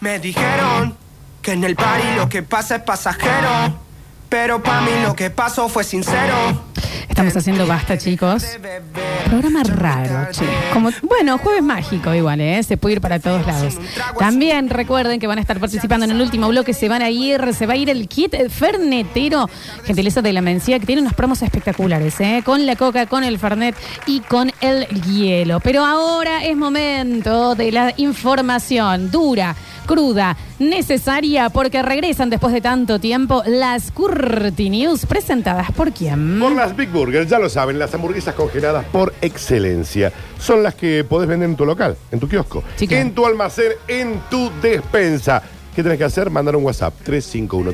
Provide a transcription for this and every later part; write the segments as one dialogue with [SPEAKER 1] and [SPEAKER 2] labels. [SPEAKER 1] Me dijeron que en el party lo que pasa es pasajero. Pero para mí lo que pasó fue sincero.
[SPEAKER 2] Estamos haciendo basta, chicos. Programa raro, che. Como, bueno, jueves mágico igual, ¿eh? Se puede ir para todos lados. También recuerden que van a estar participando en el último bloque. Se van a ir, se va a ir el kit fernetero. Gentileza de la Mencía, que tiene unos promos espectaculares, ¿eh? Con la coca, con el fernet y con el hielo. Pero ahora es momento de la información dura, cruda, necesaria, porque regresan después de tanto tiempo las Curti News presentadas por quién.
[SPEAKER 3] Por las Big Burgers, ya lo saben, las hamburguesas congeladas por excelencia. Son las que podés vender en tu local, en tu kiosco,
[SPEAKER 2] Sí, claro.
[SPEAKER 3] en tu almacén, en tu despensa. ¿Qué tenés que hacer? Mandar un WhatsApp 351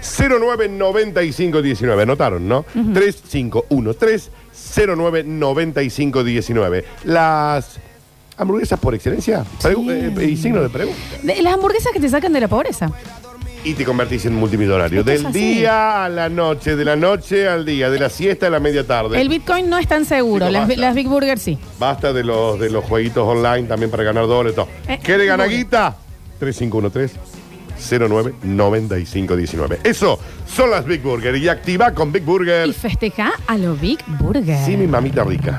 [SPEAKER 3] 099519. Anotaron, ¿no? 3513-099519. Las hamburguesas por excelencia. Pregu- eh, y signo de pregunta.
[SPEAKER 2] De- las hamburguesas que te sacan de la pobreza.
[SPEAKER 3] Y te convertís en multimillonario.
[SPEAKER 2] Esto es
[SPEAKER 3] Del
[SPEAKER 2] así.
[SPEAKER 3] día a la noche, de la noche al día, de la siesta a la media tarde.
[SPEAKER 2] El Bitcoin no es tan seguro.
[SPEAKER 3] Chicos,
[SPEAKER 2] las,
[SPEAKER 3] basta.
[SPEAKER 2] las Big Burger sí.
[SPEAKER 3] Basta de los, de los jueguitos online también para ganar doble. Todo.
[SPEAKER 2] Eh,
[SPEAKER 3] ¿Quiere ganar
[SPEAKER 2] muy bien.
[SPEAKER 3] guita? 3513-099519. Eso son las Big Burger. Y activa con Big
[SPEAKER 2] Y
[SPEAKER 3] Burger.
[SPEAKER 2] festeja a los Big Burger.
[SPEAKER 3] Sí, mi mamita rica.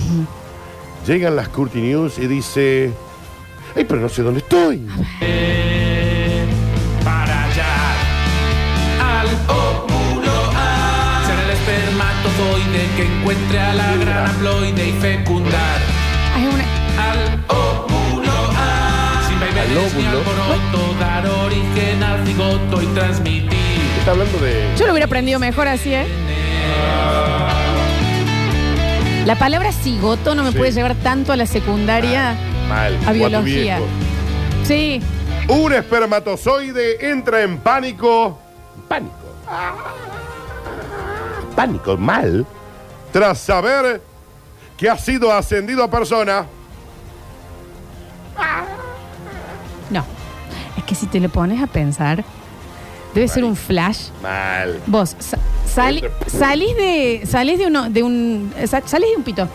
[SPEAKER 3] llegan las Curti News y dice, ay, pero no sé dónde estoy.
[SPEAKER 4] para allá al óvulo A. Será el espermatozoide que encuentre a la gran haploide y fecundar
[SPEAKER 2] Ay, es una-
[SPEAKER 4] al óvulo A. Sin vaivenes ni
[SPEAKER 3] óvulo.
[SPEAKER 4] alboroto, dar origen al cigoto y transmitir.
[SPEAKER 3] Está hablando de...
[SPEAKER 2] Yo lo hubiera aprendido mejor así, ¿eh? La palabra cigoto no me
[SPEAKER 3] Sí.
[SPEAKER 2] puede llevar tanto a la secundaria.
[SPEAKER 3] Mal.
[SPEAKER 2] A
[SPEAKER 3] o tu
[SPEAKER 2] biología.
[SPEAKER 3] viejo.
[SPEAKER 2] Sí.
[SPEAKER 3] Un espermatozoide entra en pánico. Pánico. Ah, Pánico, mal. Tras saber que ha sido ascendido a persona.
[SPEAKER 2] No. Es que si te lo pones a pensar, debe ser un flash.
[SPEAKER 3] Mal.
[SPEAKER 2] Vos sa- sali- salís de salís de uno de un eh, sa- salís de un pito.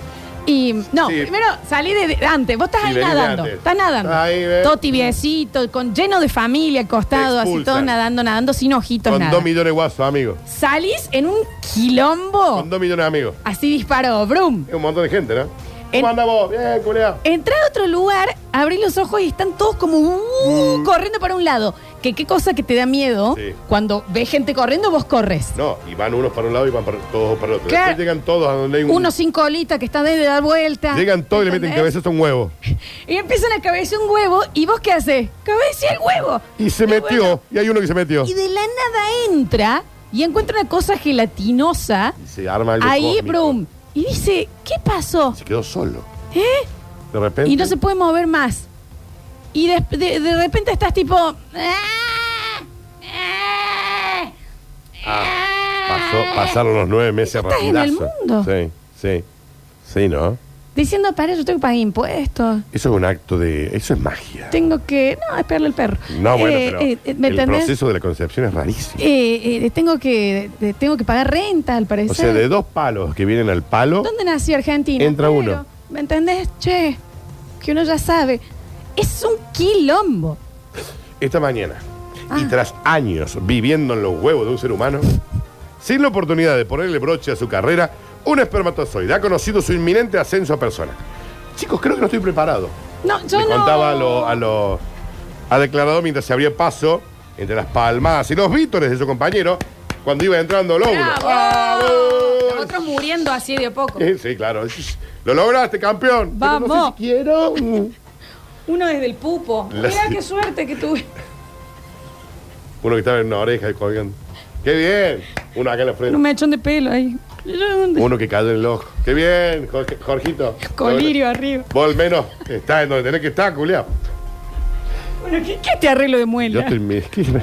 [SPEAKER 2] Y no,
[SPEAKER 3] Sí.
[SPEAKER 2] primero salís de, de- antes, vos estás
[SPEAKER 3] Sí,
[SPEAKER 2] ahí
[SPEAKER 3] venís de
[SPEAKER 2] nadando,
[SPEAKER 3] antes.
[SPEAKER 2] estás nadando.
[SPEAKER 3] Ahí, ve.
[SPEAKER 2] todo tibiecito, con lleno de familia al costado,
[SPEAKER 3] Te
[SPEAKER 2] así
[SPEAKER 3] expulsan.
[SPEAKER 2] todo nadando, nadando sin ojitos
[SPEAKER 3] Con
[SPEAKER 2] nada.
[SPEAKER 3] dos millones de guasos, amigo.
[SPEAKER 2] Salís en un quilombo,
[SPEAKER 3] Con dos millones de amigos.
[SPEAKER 2] así disparó, brum.
[SPEAKER 3] Es un montón de gente, ¿no?
[SPEAKER 2] En-
[SPEAKER 3] ¿Cómo andás vos? Bien, culea.
[SPEAKER 2] Entrá a otro lugar, abrí los ojos y están todos como uh, corriendo para un lado. Que qué cosa que te da miedo
[SPEAKER 3] Mm. Sí.
[SPEAKER 2] cuando ves gente corriendo, vos corres.
[SPEAKER 3] No, y van unos para un lado y van para- todos para el otro.
[SPEAKER 2] Claro.
[SPEAKER 3] Después llegan todos a donde hay un.
[SPEAKER 2] Uno sin colita que está desde dar vuelta.
[SPEAKER 3] Llegan todos y le meten
[SPEAKER 2] ¿Entendés?
[SPEAKER 3] cabezas a un huevo.
[SPEAKER 2] Y empiezan a cabecear un huevo. ¿Y vos qué haces? Cabecea el huevo.
[SPEAKER 3] Y se
[SPEAKER 2] bueno,
[SPEAKER 3] metió. Y hay uno que se metió.
[SPEAKER 2] y de la nada entra y y encuentra una cosa gelatinosa
[SPEAKER 3] Y se arma algo
[SPEAKER 2] ahí,
[SPEAKER 3] cósmico.
[SPEAKER 2] brum. Y dice, ¿qué pasó?
[SPEAKER 3] Se quedó solo.
[SPEAKER 2] ¿Eh?
[SPEAKER 3] De repente.
[SPEAKER 2] Y no se puede mover más. Y de, de- de repente estás tipo... "Ah, ah".
[SPEAKER 3] Pasó- pasaron los nueve meses
[SPEAKER 2] Estás en el
[SPEAKER 3] rapidazo.
[SPEAKER 2] mundo.
[SPEAKER 3] Sí, sí. Sí, ¿no?
[SPEAKER 2] Diciendo, para, yo tengo que pagar impuestos.
[SPEAKER 3] Eso es un acto de. Eso es magia.
[SPEAKER 2] Tengo que... No, esperarle al perro.
[SPEAKER 3] No, bueno,
[SPEAKER 2] Eh,
[SPEAKER 3] pero.
[SPEAKER 2] eh, eh, ¿Me
[SPEAKER 3] el
[SPEAKER 2] entendés?
[SPEAKER 3] proceso de la concepción es rarísimo.
[SPEAKER 2] Eh, eh, tengo, que, de- tengo que pagar renta, al parecer.
[SPEAKER 3] O sea, de dos palos que vienen al palo.
[SPEAKER 2] ¿Dónde nació Argentina?
[SPEAKER 3] Entra
[SPEAKER 2] Pero,
[SPEAKER 3] uno.
[SPEAKER 2] ¿Me entendés? Che, que uno ya sabe. Es un quilombo.
[SPEAKER 3] Esta mañana. Y
[SPEAKER 2] Ah.
[SPEAKER 3] tras años viviendo en los huevos de un ser humano, sin la oportunidad de ponerle broche a su carrera, un espermatozoide ha conocido su inminente ascenso a persona. Chicos, creo que no estoy preparado.
[SPEAKER 2] No, yo
[SPEAKER 3] Le
[SPEAKER 2] no.
[SPEAKER 3] contaba a los. A lo- ha declarado mientras se abría paso entre las palmadas y los vítores de su compañero cuando iba entrando Lóbulo.
[SPEAKER 2] Bravo.
[SPEAKER 3] ¡Vamos!
[SPEAKER 2] Otros muriendo así de a poco.
[SPEAKER 3] Eh, Sí, claro. Lo lograste, campeón. Pero no sé
[SPEAKER 2] Vamos.
[SPEAKER 3] si quiero. Mm.
[SPEAKER 2] Uno desde el pupo.
[SPEAKER 3] La-
[SPEAKER 2] Mirá qué suerte que tuve.
[SPEAKER 3] Uno que estaba en una oreja y colgando. ¡Qué bien! Uno acá en la
[SPEAKER 2] Un
[SPEAKER 3] frente.
[SPEAKER 2] mechón de pelo ahí. ¿Dónde?
[SPEAKER 3] Uno que cayó en el ojo. ¡Qué bien, Jorge- Jorgito!
[SPEAKER 2] Colirio arriba.
[SPEAKER 3] Vos al menos estás en donde tenés que estar, culiao.
[SPEAKER 2] Bueno, ¿qué, qué te arreglo de
[SPEAKER 3] Yo
[SPEAKER 2] muela?
[SPEAKER 3] estoy en mi esquina.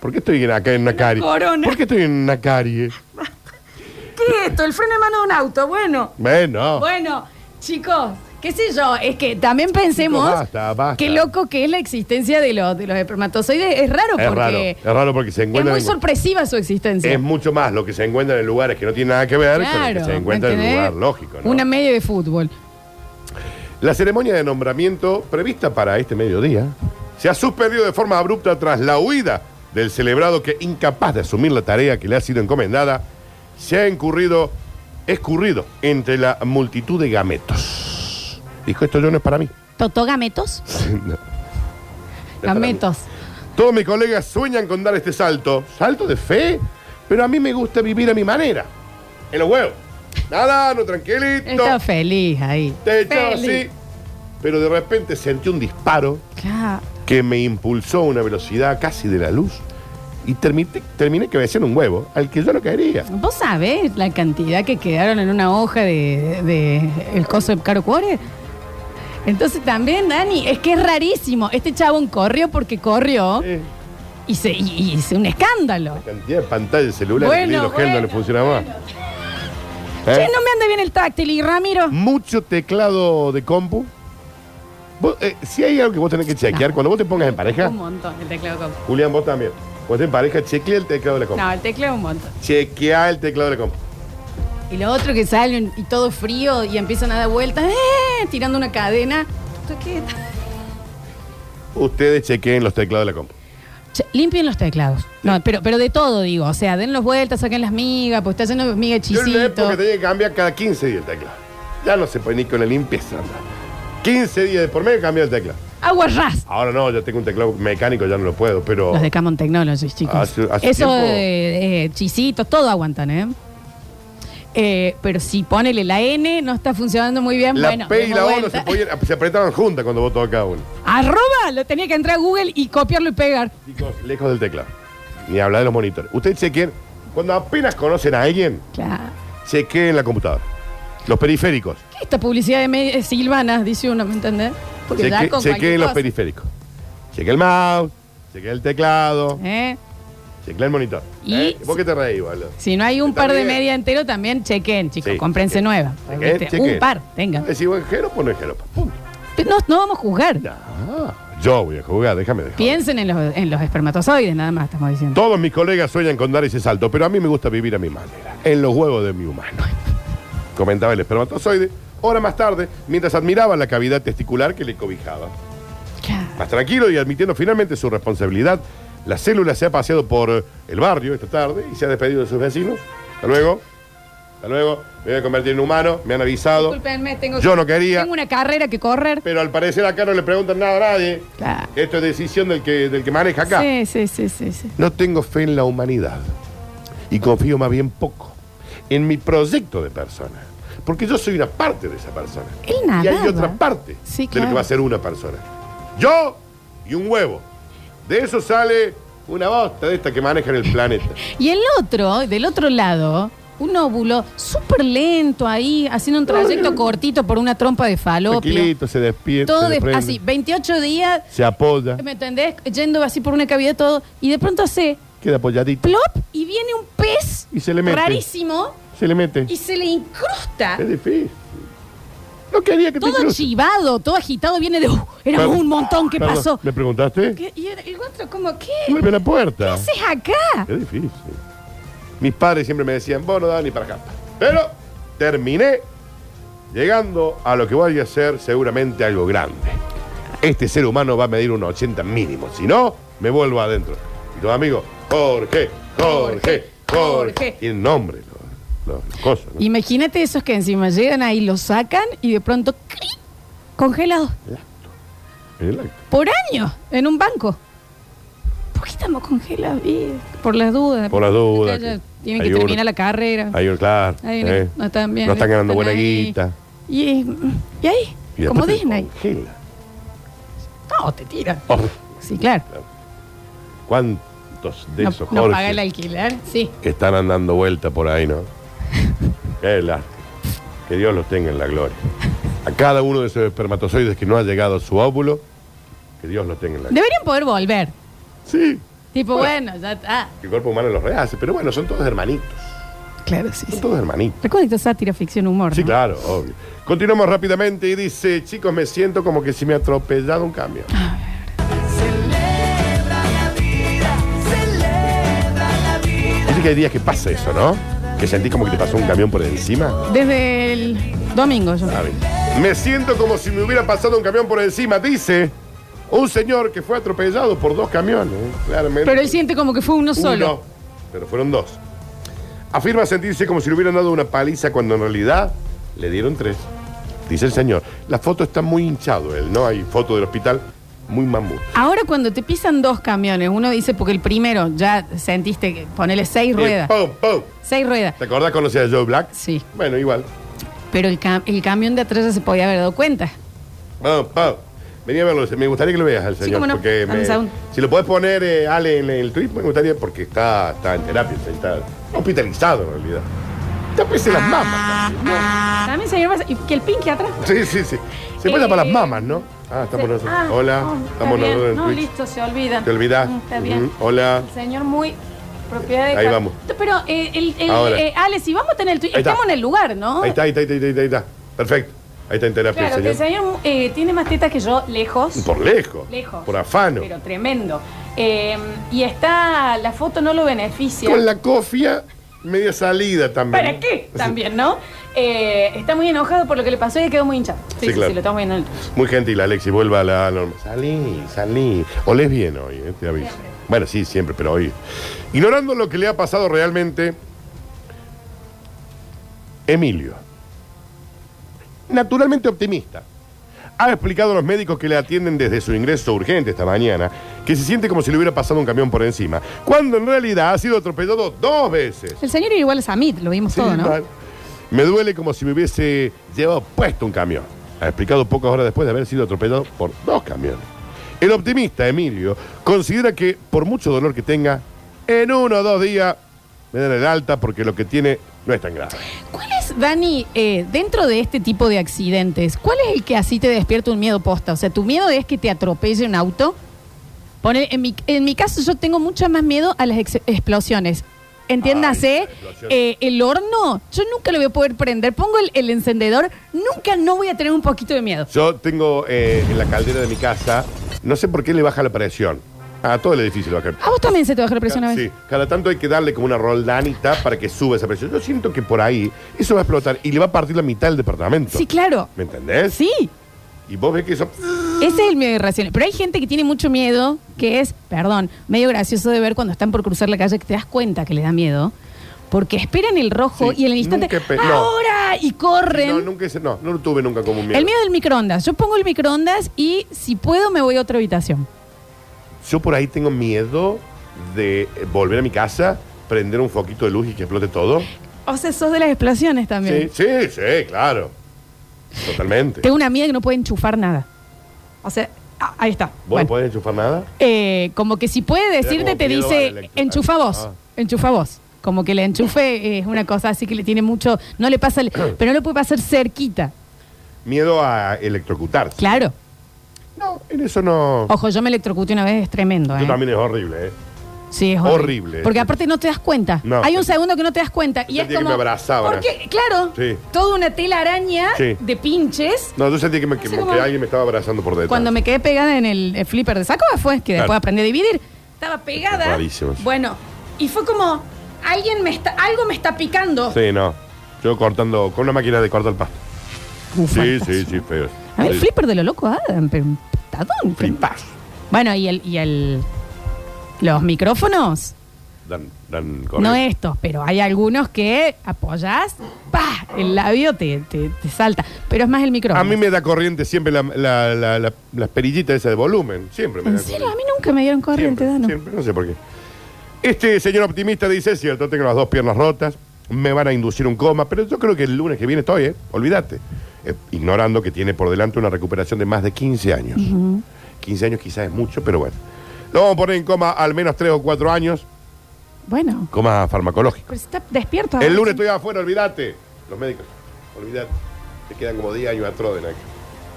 [SPEAKER 3] ¿Por qué estoy en- acá en una carie?
[SPEAKER 2] corona.
[SPEAKER 3] ¿Por qué estoy en una carie?
[SPEAKER 2] ¿Qué es esto? El freno de mano de un auto. Bueno.
[SPEAKER 3] Bueno.
[SPEAKER 2] Bueno, chicos, qué sé yo, es que también pensemos
[SPEAKER 3] Chicos, basta, basta.
[SPEAKER 2] qué loco que es la existencia de los, de los espermatozoides. Es raro
[SPEAKER 3] Es raro,
[SPEAKER 2] porque
[SPEAKER 3] es raro porque se
[SPEAKER 2] es
[SPEAKER 3] encuentra.
[SPEAKER 2] muy
[SPEAKER 3] en-
[SPEAKER 2] sorpresiva su existencia.
[SPEAKER 3] es mucho más lo que se encuentra en lugares que no tiene nada que ver con lo que se encuentra en un
[SPEAKER 2] ¿entendés?
[SPEAKER 3] lugar lógico. ¿no?
[SPEAKER 2] Una media de fútbol.
[SPEAKER 3] La ceremonia de nombramiento prevista para este mediodía se ha suspendido de forma abrupta tras la huida del celebrado que, incapaz de asumir la tarea que le ha sido encomendada, se ha incurrido, escurrido entre la multitud de gametos. Dijo, esto yo no es para mí.
[SPEAKER 2] Totogametos.
[SPEAKER 3] No. No es para mí.
[SPEAKER 2] Gametos.
[SPEAKER 3] Todos mis colegas sueñan con dar este salto. ¿Salto de fe? Pero a mí me gusta vivir a mi manera. En los huevos. Nada, no tranquilito.
[SPEAKER 2] Está feliz ahí.
[SPEAKER 3] Te echaba
[SPEAKER 2] Feliz.
[SPEAKER 3] así. Pero de repente sentí un disparo
[SPEAKER 2] Claro.
[SPEAKER 3] que me impulsó a una velocidad casi de la luz y terminé, terminé que me un huevo al que yo no caería.
[SPEAKER 2] ¿Vos sabés la cantidad que quedaron en una hoja de, de el coso de Caro Cuore? Entonces también, Dani, es que es rarísimo. Este chabón corrió porque corrió
[SPEAKER 3] Eh,
[SPEAKER 2] y se y- y hizo un escándalo.
[SPEAKER 3] cantidad de pantallas celulares
[SPEAKER 2] Bueno,
[SPEAKER 3] que el hidrogel no
[SPEAKER 2] bueno,
[SPEAKER 3] le funciona más.
[SPEAKER 2] Che,
[SPEAKER 3] ¿Eh?
[SPEAKER 2] no me anda bien el táctil y Ramiro.
[SPEAKER 3] Mucho teclado de compu. Vos, eh, si hay algo que vos tenés que chequear, cuando vos te pongas en pareja,
[SPEAKER 2] Un montón, el teclado compu.
[SPEAKER 3] Julián, vos también. Cuando estés en pareja, chequea el teclado de la compu.
[SPEAKER 2] No, el teclado un montón.
[SPEAKER 3] Chequea el teclado de la compu.
[SPEAKER 2] Y lo otro que salen y todo frío y empiezan a dar vueltas, ¡eh! tirando una cadena. ¿Tú qué?
[SPEAKER 3] Ustedes chequeen los teclados de la compu.
[SPEAKER 2] Che, limpien los teclados. No, pero, pero de todo digo. O sea, denlos vueltas, saquen las migas, pues está lleno de migas
[SPEAKER 3] Yo en la época
[SPEAKER 2] chisitos.
[SPEAKER 3] tenía que cambiar cada 15 días el teclado. Ya no se puede ni con la limpieza. anda. 15 días de por medio cambiar el teclado.
[SPEAKER 2] Aguas ras.
[SPEAKER 3] Ahora no, yo tengo un teclado mecánico, ya no lo puedo, pero.
[SPEAKER 2] Los de Camon Technologies, chicos.
[SPEAKER 3] Oh. Hace- hace
[SPEAKER 2] Eso
[SPEAKER 3] tiempo-
[SPEAKER 2] de eh, chisitos, todo aguantan, ¿eh? Eh, pero si ponele la N, no está funcionando muy bien.
[SPEAKER 3] La
[SPEAKER 2] bueno,
[SPEAKER 3] P y
[SPEAKER 2] demos
[SPEAKER 3] la O no
[SPEAKER 2] vuelta.
[SPEAKER 3] se, podían- se apretaban juntas cuando vos tocabas uno.
[SPEAKER 2] Arroba, lo tenía que entrar a Google y copiarlo y pegar.
[SPEAKER 3] Chicos, lejos del teclado. Ni hablar de los monitores. Ustedes chequen, cuando apenas conocen a alguien,
[SPEAKER 2] Claro.
[SPEAKER 3] chequen la computadora. Los periféricos.
[SPEAKER 2] ¿Qué es esta publicidad de media- Silvana? Dice uno, ¿me entendés? Porque ya
[SPEAKER 3] Cheque-
[SPEAKER 2] con
[SPEAKER 3] chequen
[SPEAKER 2] cualquier
[SPEAKER 3] los
[SPEAKER 2] cosa,
[SPEAKER 3] periféricos. Chequen el mouse, chequen el teclado,
[SPEAKER 2] ¿eh?
[SPEAKER 3] chequen el monitor.
[SPEAKER 2] Y-
[SPEAKER 3] ¿Eh? ¿Vos qué te reís, boludo?
[SPEAKER 2] Si no hay un
[SPEAKER 3] Está
[SPEAKER 2] par de
[SPEAKER 3] bien.
[SPEAKER 2] media entero, también chequen, chicos.
[SPEAKER 3] Sí,
[SPEAKER 2] cómprense
[SPEAKER 3] chequen.
[SPEAKER 2] nueva.
[SPEAKER 3] Chequen,
[SPEAKER 2] ¿viste?
[SPEAKER 3] chequen.
[SPEAKER 2] Un par, tengan.
[SPEAKER 3] Decís, bueno, jeropa o no es jeropa. pues, Punto.
[SPEAKER 2] Pero No, no vamos a juzgar.
[SPEAKER 3] Ah, yo voy a jugar, déjame dejar.
[SPEAKER 2] Piensen en los, en los espermatozoides, nada más estamos diciendo.
[SPEAKER 3] Todos mis colegas sueñan con dar ese salto, pero a mí me gusta vivir a mi manera, en los huevos de mi humano. Comentaba el espermatozoide, hora más tarde, mientras admiraba la cavidad testicular que le cobijaba.
[SPEAKER 2] Claro.
[SPEAKER 3] Más tranquilo y admitiendo finalmente su responsabilidad, la célula se ha paseado por el barrio esta tarde y se ha despedido de sus vecinos. Hasta luego. Hasta luego. Me voy a convertir en humano, me han avisado.
[SPEAKER 2] Disculpenme, tengo
[SPEAKER 3] Yo
[SPEAKER 2] que-
[SPEAKER 3] no quería.
[SPEAKER 2] Tengo una carrera que correr.
[SPEAKER 3] Pero al parecer acá no le preguntan nada a nadie.
[SPEAKER 2] Claro.
[SPEAKER 3] Esto es decisión del que, del que maneja acá.
[SPEAKER 2] Sí, sí, sí, sí, sí.
[SPEAKER 3] No tengo fe en la humanidad y confío más bien poco en mi proyecto de persona. Porque yo soy una parte de esa persona.
[SPEAKER 2] Él nada.
[SPEAKER 3] Y hay otra parte
[SPEAKER 2] Sí,
[SPEAKER 3] de lo
[SPEAKER 2] claro.
[SPEAKER 3] que va a ser una persona. Yo y un huevo. De eso sale Una bosta de esta que manejan el planeta.
[SPEAKER 2] Y el otro, del otro lado, un óvulo súper lento ahí, haciendo un trayecto cortito por una trompa de falopio.
[SPEAKER 3] Tranquilito, se despierta.
[SPEAKER 2] Todo
[SPEAKER 3] se
[SPEAKER 2] de-
[SPEAKER 3] desprende,
[SPEAKER 2] así, 28 días,
[SPEAKER 3] Se apoya,
[SPEAKER 2] ¿me entendés? Yendo así por una cavidad todo, y de pronto hace
[SPEAKER 3] queda apoyadito.
[SPEAKER 2] plop y viene un pez
[SPEAKER 3] Y se le mete.
[SPEAKER 2] rarísimo
[SPEAKER 3] Se le mete.
[SPEAKER 2] y se le incrusta.
[SPEAKER 3] Es difícil. No quería que te
[SPEAKER 2] Todo
[SPEAKER 3] cruce.
[SPEAKER 2] chivado, todo agitado, viene de. "Uh, era
[SPEAKER 3] Perdón.
[SPEAKER 2] un montón que
[SPEAKER 3] Perdón,
[SPEAKER 2] pasó.
[SPEAKER 3] ¿Me preguntaste?
[SPEAKER 2] ¿Qué? Y era- el otro, como, ¿qué?
[SPEAKER 3] Vuelve a la puerta.
[SPEAKER 2] ¿Qué haces acá?
[SPEAKER 3] Es difícil. Mis padres siempre me decían, vos no das ni para acá. Pero terminé llegando a lo que voy a ser seguramente algo grande. Este ser humano va a medir un 80 mínimo. Si no, me vuelvo adentro. Y los amigos, Jorge, Jorge, Jorge.
[SPEAKER 2] Jorge.
[SPEAKER 3] Tienen nombre los, los- las cosas. ¿no?
[SPEAKER 2] Imagínate esos que encima llegan ahí, los sacan y de pronto ¡cri! congelados
[SPEAKER 3] En el acto.
[SPEAKER 2] por años en un banco. ¿Por qué estamos congelados? Y por las dudas.
[SPEAKER 3] Por las dudas.
[SPEAKER 2] Ya, ya,
[SPEAKER 3] que
[SPEAKER 2] Tienen
[SPEAKER 3] hay
[SPEAKER 2] que
[SPEAKER 3] uno-
[SPEAKER 2] terminar la carrera.
[SPEAKER 3] Hay un, claro.
[SPEAKER 2] Hay uno que
[SPEAKER 3] eh.
[SPEAKER 2] no están bien,
[SPEAKER 3] No están ganando buena
[SPEAKER 2] ahí.
[SPEAKER 3] guita.
[SPEAKER 2] Y, eh, y ahí,
[SPEAKER 3] Y
[SPEAKER 2] como
[SPEAKER 3] después te
[SPEAKER 2] Disney.
[SPEAKER 3] congela.
[SPEAKER 2] No, te tiran.
[SPEAKER 3] Oh,
[SPEAKER 2] Sí, claro.
[SPEAKER 3] ¿Cuántos de
[SPEAKER 2] No,
[SPEAKER 3] esos
[SPEAKER 2] no
[SPEAKER 3] Jorge?
[SPEAKER 2] paga el alquiler. Sí.
[SPEAKER 3] que están andando vuelta por ahí, ¿no? Qué lástima. Que Dios los tenga en la gloria. A cada uno de esos espermatozoides que no ha llegado a su óvulo, que Dios los tenga en la gloria.
[SPEAKER 2] Deberían poder volver.
[SPEAKER 3] Sí,
[SPEAKER 2] Tipo, bueno, ya está.
[SPEAKER 3] el cuerpo humano los rehace, pero bueno, son todos hermanitos.
[SPEAKER 2] Claro, sí.
[SPEAKER 3] Son todos hermanitos.
[SPEAKER 2] Recuerda sátira, ficción, humor.
[SPEAKER 3] Sí,
[SPEAKER 2] ¿no?
[SPEAKER 3] claro, obvio. Continuamos rápidamente y dice, chicos, me siento como que si me ha atropellado un camión. Dice que hay días que pasa eso, ¿no? Que sentís como que te pasó un camión por encima.
[SPEAKER 2] Desde el domingo yo.
[SPEAKER 3] A ver. Me siento como si me hubiera pasado un camión por encima, dice un señor que fue atropellado por dos camiones, claramente.
[SPEAKER 2] Pero él siente como que fue uno solo.
[SPEAKER 3] Uno, pero fueron dos. Afirma sentirse como si le hubieran dado una paliza cuando en realidad le dieron tres. Dice el señor. La foto está muy hinchado, él, ¿no? Hay foto del hospital muy mamú.
[SPEAKER 2] Ahora cuando te pisan dos camiones, uno dice porque el primero ya sentiste que ponele seis ruedas.
[SPEAKER 3] ¡Pum, pum!
[SPEAKER 2] Seis ruedas.
[SPEAKER 3] Eh, ¿Te acordás cuando hacía Joe Black?
[SPEAKER 2] Sí.
[SPEAKER 3] Bueno, igual.
[SPEAKER 2] Pero el, cam- el camión de atrás ya se podía haber dado cuenta.
[SPEAKER 3] Pum, pum. Vení a verlo, me gustaría que lo veas al
[SPEAKER 2] Sí,
[SPEAKER 3] señor.
[SPEAKER 2] cómo no.
[SPEAKER 3] porque
[SPEAKER 2] Dame
[SPEAKER 3] me-
[SPEAKER 2] un segundo.
[SPEAKER 3] si lo podés poner, eh, Ale, en el tweet, me gustaría porque está, está en terapia, está hospitalizado en realidad. Tápese las mamas. también, ¿no?
[SPEAKER 2] También señor vas- y que el pinky atrás.
[SPEAKER 3] Sí, sí, sí. Se pasa
[SPEAKER 2] Eh,
[SPEAKER 3] para las mamas, ¿no? Ah, estamos nosotros.
[SPEAKER 2] Ah,
[SPEAKER 3] Hola,
[SPEAKER 2] oh, está
[SPEAKER 3] estamos
[SPEAKER 2] bien.
[SPEAKER 3] nosotros en
[SPEAKER 2] No,
[SPEAKER 3] Twitch.
[SPEAKER 2] listo, se olvida.
[SPEAKER 3] ¿Te olvidás?
[SPEAKER 2] Mm, Está bien.
[SPEAKER 3] Ujú, Hola.
[SPEAKER 2] El señor muy propiedad de
[SPEAKER 3] Ahí
[SPEAKER 2] ca-
[SPEAKER 3] vamos.
[SPEAKER 2] Pero eh, el, el-
[SPEAKER 3] Ahora.
[SPEAKER 2] eh, Ale, si vamos a tener el Twitch,
[SPEAKER 3] Ahí está.
[SPEAKER 2] estamos en el lugar, ¿no?
[SPEAKER 3] Ahí está, ahí está, ahí está, ahí está, ahí está. Perfecto. Ahí está en terapia
[SPEAKER 2] Claro,
[SPEAKER 3] el
[SPEAKER 2] que el
[SPEAKER 3] señor.
[SPEAKER 2] señor eh, tiene más tetas que yo, lejos.
[SPEAKER 3] Por lejos.
[SPEAKER 2] Lejos.
[SPEAKER 3] Por afano.
[SPEAKER 2] Pero tremendo. Eh, y está, la foto no lo beneficia.
[SPEAKER 3] Con la cofia media salida también.
[SPEAKER 2] ¿Para qué? También, ¿no? Eh, está muy enojado por lo que le pasó y quedó muy hinchado. Sí,
[SPEAKER 3] Sí,
[SPEAKER 2] sí,
[SPEAKER 3] claro.
[SPEAKER 2] sí, lo estamos viendo en el Twitch.
[SPEAKER 3] Muy gentil, Alexi, vuelva a la norma. Salí, salí. Olés bien hoy, eh, te aviso. Bueno, sí, siempre, pero hoy. Ignorando lo que le ha pasado realmente, Emilio, naturalmente optimista, ha explicado a los médicos que le atienden desde su ingreso urgente esta mañana que se siente como si le hubiera pasado un camión por encima, cuando en realidad ha sido atropellado dos veces.
[SPEAKER 2] El señor era igual a Samit, lo vimos
[SPEAKER 3] Sí,
[SPEAKER 2] todo, ¿no?
[SPEAKER 3] mal. Me duele como si me hubiese llevado puesto un camión. Ha explicado pocas horas después de haber sido atropellado por dos camiones. El optimista Emilio considera que, por mucho dolor que tenga, en uno o dos días me dan el alta porque lo que tiene no es tan grave.
[SPEAKER 2] ¿Cuál es, Dani, eh, dentro de este tipo de accidentes, cuál es el que así te despierta un miedo posta? O sea, ¿tu miedo es que te atropelle un auto? Pone, en, mi, en mi caso yo tengo mucho más miedo a las ex- explosiones.
[SPEAKER 3] Ay,
[SPEAKER 2] Entiéndase,
[SPEAKER 3] las explosiones.
[SPEAKER 2] eh, el horno, yo nunca lo voy a poder prender. Pongo el, el encendedor, nunca no voy a tener un poquito de miedo.
[SPEAKER 3] Yo tengo eh, en la caldera de mi casa, no sé por qué le baja la presión. A todo el edificio le baja.
[SPEAKER 2] ¿A vos también se te bajó la presión una vez?
[SPEAKER 3] Sí, cada tanto hay que darle como una roldanita para que suba esa presión. Yo siento que por ahí eso va a explotar y le va a partir la mitad del departamento.
[SPEAKER 2] Sí, claro.
[SPEAKER 3] ¿Me entendés?
[SPEAKER 2] Sí,
[SPEAKER 3] Y vos ves que eso.
[SPEAKER 2] ese es el miedo irracional. Pero hay gente que tiene mucho miedo, que es, perdón, medio gracioso de ver cuando están por cruzar la calle, que te das cuenta que les da miedo, porque esperan el rojo
[SPEAKER 3] Sí,
[SPEAKER 2] y en el instante,
[SPEAKER 3] nunca pe- no.
[SPEAKER 2] ¡ahora! Y corren.
[SPEAKER 3] No, nunca hice- no, no lo tuve nunca como un miedo.
[SPEAKER 2] el miedo del microondas. Yo pongo el microondas y si puedo me voy a otra habitación.
[SPEAKER 3] Yo por ahí tengo miedo de eh, volver a mi casa, prender un foquito de luz y que explote todo.
[SPEAKER 2] O sea, sos de las explosiones
[SPEAKER 3] Sí,
[SPEAKER 2] también.
[SPEAKER 3] sí, sí, claro. Totalmente.
[SPEAKER 2] Tengo una amiga que no puede enchufar nada. O sea, Ah, ahí está.
[SPEAKER 3] ¿Vos
[SPEAKER 2] Bueno.
[SPEAKER 3] no podés enchufar nada?
[SPEAKER 2] Eh, como que si puede decirte,
[SPEAKER 3] como
[SPEAKER 2] te
[SPEAKER 3] miedo a la
[SPEAKER 2] dice,
[SPEAKER 3] lectura.
[SPEAKER 2] enchufa vos,
[SPEAKER 3] Ah.
[SPEAKER 2] enchufa vos. Como que el enchufe es una cosa así que le tiene mucho, no le pasa, el- pero no le puede pasar cerquita.
[SPEAKER 3] Miedo a electrocutarse.
[SPEAKER 2] Claro.
[SPEAKER 3] No, en eso no.
[SPEAKER 2] Ojo, yo me electrocuté una vez, es tremendo.
[SPEAKER 3] Tú
[SPEAKER 2] ¿eh?
[SPEAKER 3] también es horrible, ¿eh?
[SPEAKER 2] Sí, es
[SPEAKER 3] Horrible.
[SPEAKER 2] horrible. Porque aparte no te das cuenta.
[SPEAKER 3] No.
[SPEAKER 2] Hay un segundo que no te das cuenta. Y
[SPEAKER 3] Yo
[SPEAKER 2] es
[SPEAKER 3] sentía que
[SPEAKER 2] como.
[SPEAKER 3] me abrazaban.
[SPEAKER 2] Porque, claro,
[SPEAKER 3] Sí.
[SPEAKER 2] toda una tela araña
[SPEAKER 3] Sí.
[SPEAKER 2] de pinches.
[SPEAKER 3] No, yo sentí que, me- que-
[SPEAKER 2] Así
[SPEAKER 3] como
[SPEAKER 2] como-
[SPEAKER 3] que alguien me estaba abrazando por detrás.
[SPEAKER 2] Cuando me quedé pegada en el eh, flipper de saco, fue que
[SPEAKER 3] Claro.
[SPEAKER 2] después aprendí a dividir. Estaba pegada.
[SPEAKER 3] Es rarísimo eso.
[SPEAKER 2] Bueno, y fue como. Alguien me está, algo me está picando.
[SPEAKER 3] Sí, no. Yo cortando, con una máquina de cortar pasto.
[SPEAKER 2] Uf,
[SPEAKER 3] Sí,
[SPEAKER 2] fantástico.
[SPEAKER 3] sí, sí, feo.
[SPEAKER 2] A ver,
[SPEAKER 3] Sí.
[SPEAKER 2] flipper de lo loco, Adam, pero un patadón.
[SPEAKER 3] Flipas.
[SPEAKER 2] Bueno, y el, y el. Los micrófonos.
[SPEAKER 3] Dan, dan
[SPEAKER 2] No
[SPEAKER 3] corriente.
[SPEAKER 2] estos, pero hay algunos que apoyas, ¡pah! El labio te, te- te salta. Pero es más el micrófono.
[SPEAKER 3] A mí me da corriente siempre la, la, la, la- las perillitas esas de volumen. Siempre me
[SPEAKER 2] ¿En
[SPEAKER 3] da
[SPEAKER 2] serio? A
[SPEAKER 3] corriente.
[SPEAKER 2] mí nunca me dieron corriente,
[SPEAKER 3] Siempre,
[SPEAKER 2] Dano.
[SPEAKER 3] siempre, no sé por qué. Este señor optimista dice, es cierto, tengo las dos piernas rotas, me van a inducir un coma, pero yo creo que el lunes que viene estoy, ¿eh? Olvídate. Eh, ignorando que tiene por delante una recuperación de más de 15 años. 15 años quizás es mucho, pero bueno. Lo vamos a poner en coma al menos 3 o 4 años,
[SPEAKER 2] Bueno,
[SPEAKER 3] coma farmacológico.
[SPEAKER 2] pero está despierto. ahora,
[SPEAKER 3] El lunes
[SPEAKER 2] Ah, sí.
[SPEAKER 3] estoy afuera, olvídate. Los médicos, olvídate. Te quedan como 10 años atrás de acá.